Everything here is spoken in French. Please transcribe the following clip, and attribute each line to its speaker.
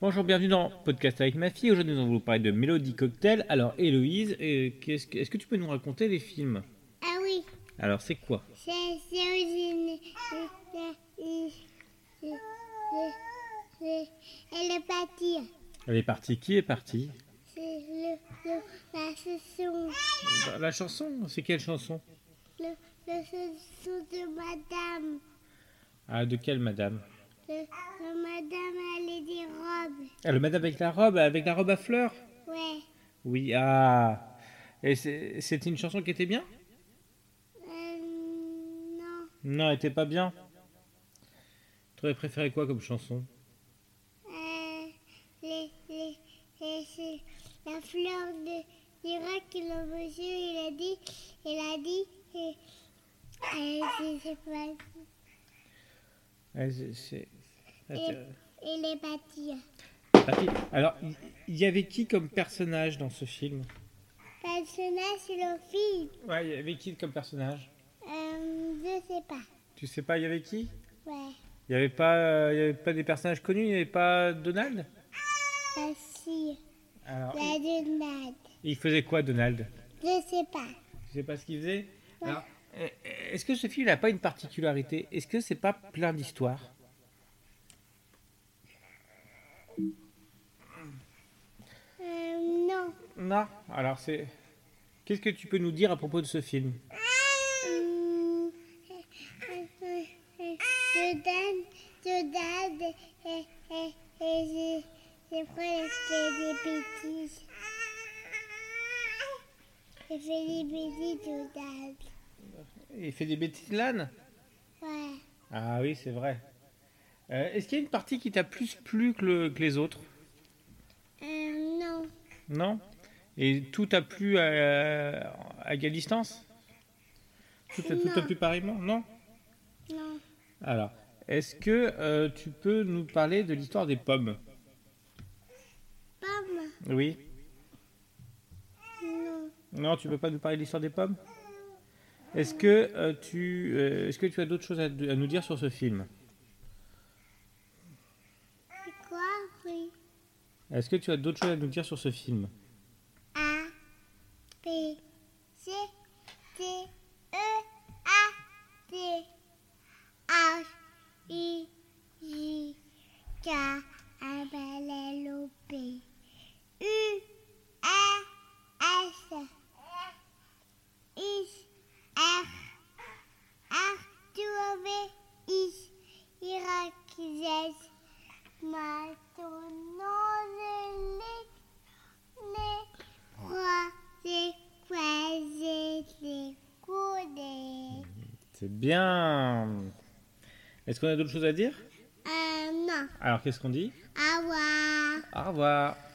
Speaker 1: Bonjour, bienvenue dans Podcast avec ma fille. Aujourd'hui, nous allons vous parler de Mélodie Cocktail. Alors, Héloïse, euh, qu'est-ce que- est-ce que tu peux nous raconter les films
Speaker 2: Ah oui,
Speaker 1: Alors, c'est quoi
Speaker 2: c'est c'est origine- c'est- c'est- c'est- c'est- Elle est partie.
Speaker 1: Elle est partie. Qui est parti
Speaker 2: C'est le, le, la chanson,
Speaker 1: Bah, La chanson C'est quelle chanson
Speaker 2: le, le chanson de madame.
Speaker 1: Ah, de quelle madame
Speaker 2: Le, le madame, elle est des robes.
Speaker 1: Ah, le madame avec la robe, avec la robe à fleurs
Speaker 2: Ouais,
Speaker 1: Oui, ah Et c'est- c'était une chanson qui était bien
Speaker 2: euh, non,
Speaker 1: Non, elle était pas bien. Tu aurais préféré quoi comme chanson
Speaker 2: euh, les, les, les- c'est la fleur de Irak, le monsieur, il a dit, il a dit, et, et c'est pas
Speaker 1: Ah, c'est- c'est- euh,
Speaker 2: Et, et les bâtir.
Speaker 1: Parti. Alors, il- il y avait qui comme personnage dans ce film
Speaker 2: Personnage, c'est leur fille.
Speaker 1: Ouais, il y avait qui comme personnage
Speaker 2: Euh, je sais pas.
Speaker 1: Tu sais pas, il y avait qui
Speaker 2: Ouais.
Speaker 1: Il y avait pas, euh, il y avait pas des personnages connus. Il n'y avait pas Donald.
Speaker 2: La fille.
Speaker 1: Alors,
Speaker 2: La donade.
Speaker 1: il faisait quoi, Donald
Speaker 2: Je sais pas.
Speaker 1: Tu sais pas ce qu'il faisait
Speaker 2: Ouais.
Speaker 1: Alors, euh, Est-ce que ce film n'a pas une particularité Est-ce que c'est pas plein d'histoires
Speaker 2: Euh, non.
Speaker 1: Non. Alors c'est. Qu'est-ce que tu peux nous dire à propos de ce film
Speaker 2: Hum, euh, euh, euh, Donade. Donade. Et, et, et je, je prends les des bêtises. Je fais des bêtises, Donade.
Speaker 1: Il fait des bêtises l'âne
Speaker 2: Ouais.
Speaker 1: Ah oui, c'est vrai. Euh, Est-ce qu'il y a une partie qui t'a plus plu que, le- que les autres
Speaker 2: Euh, non.
Speaker 1: Non Et tout t'a plu à, à quelle distance Tout t'a tout t'a
Speaker 2: Non.
Speaker 1: plu pareillement Non
Speaker 2: Non.
Speaker 1: Alors, est-ce que euh, tu peux nous parler de l'histoire des pommes
Speaker 2: Pomme.
Speaker 1: Oui.
Speaker 2: Non.
Speaker 1: Non, tu peux pas nous parler de l'histoire des pommes Est-ce que, euh, tu, euh, est-ce que tu as d'autres choses à, à nous dire sur ce film
Speaker 2: C'est quoi, oui?
Speaker 1: Est-ce que tu as d'autres choses à nous dire sur ce film
Speaker 2: A B C D E A D H I J K M L O P U A S I R R W X Y Z Maintenant, je l'ai les bras, les pieds et les coudes.
Speaker 1: C'est bien Est-ce qu'on a d'autres choses à dire
Speaker 2: Euh, non.
Speaker 1: Alors, qu'est-ce qu'on dit
Speaker 2: Au revoir.
Speaker 1: Au revoir